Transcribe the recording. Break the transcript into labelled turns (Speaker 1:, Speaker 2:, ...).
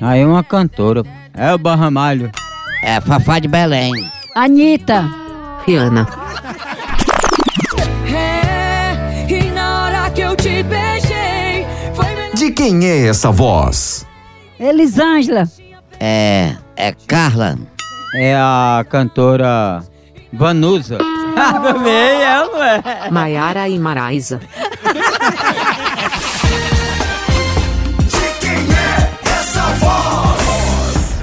Speaker 1: Aí uma cantora. É o Barramalho.
Speaker 2: É Fafá de Belém.
Speaker 3: Anitta.
Speaker 4: Rihanna.
Speaker 5: É, e na hora que eu te beijei, foi melhor.
Speaker 6: De quem é essa voz?
Speaker 3: Elisângela.
Speaker 2: É. É Carla.
Speaker 1: É a cantora Vanusa. Ah, também é, não é?
Speaker 4: Maiara e Maraísa.
Speaker 6: De quem é essa voz?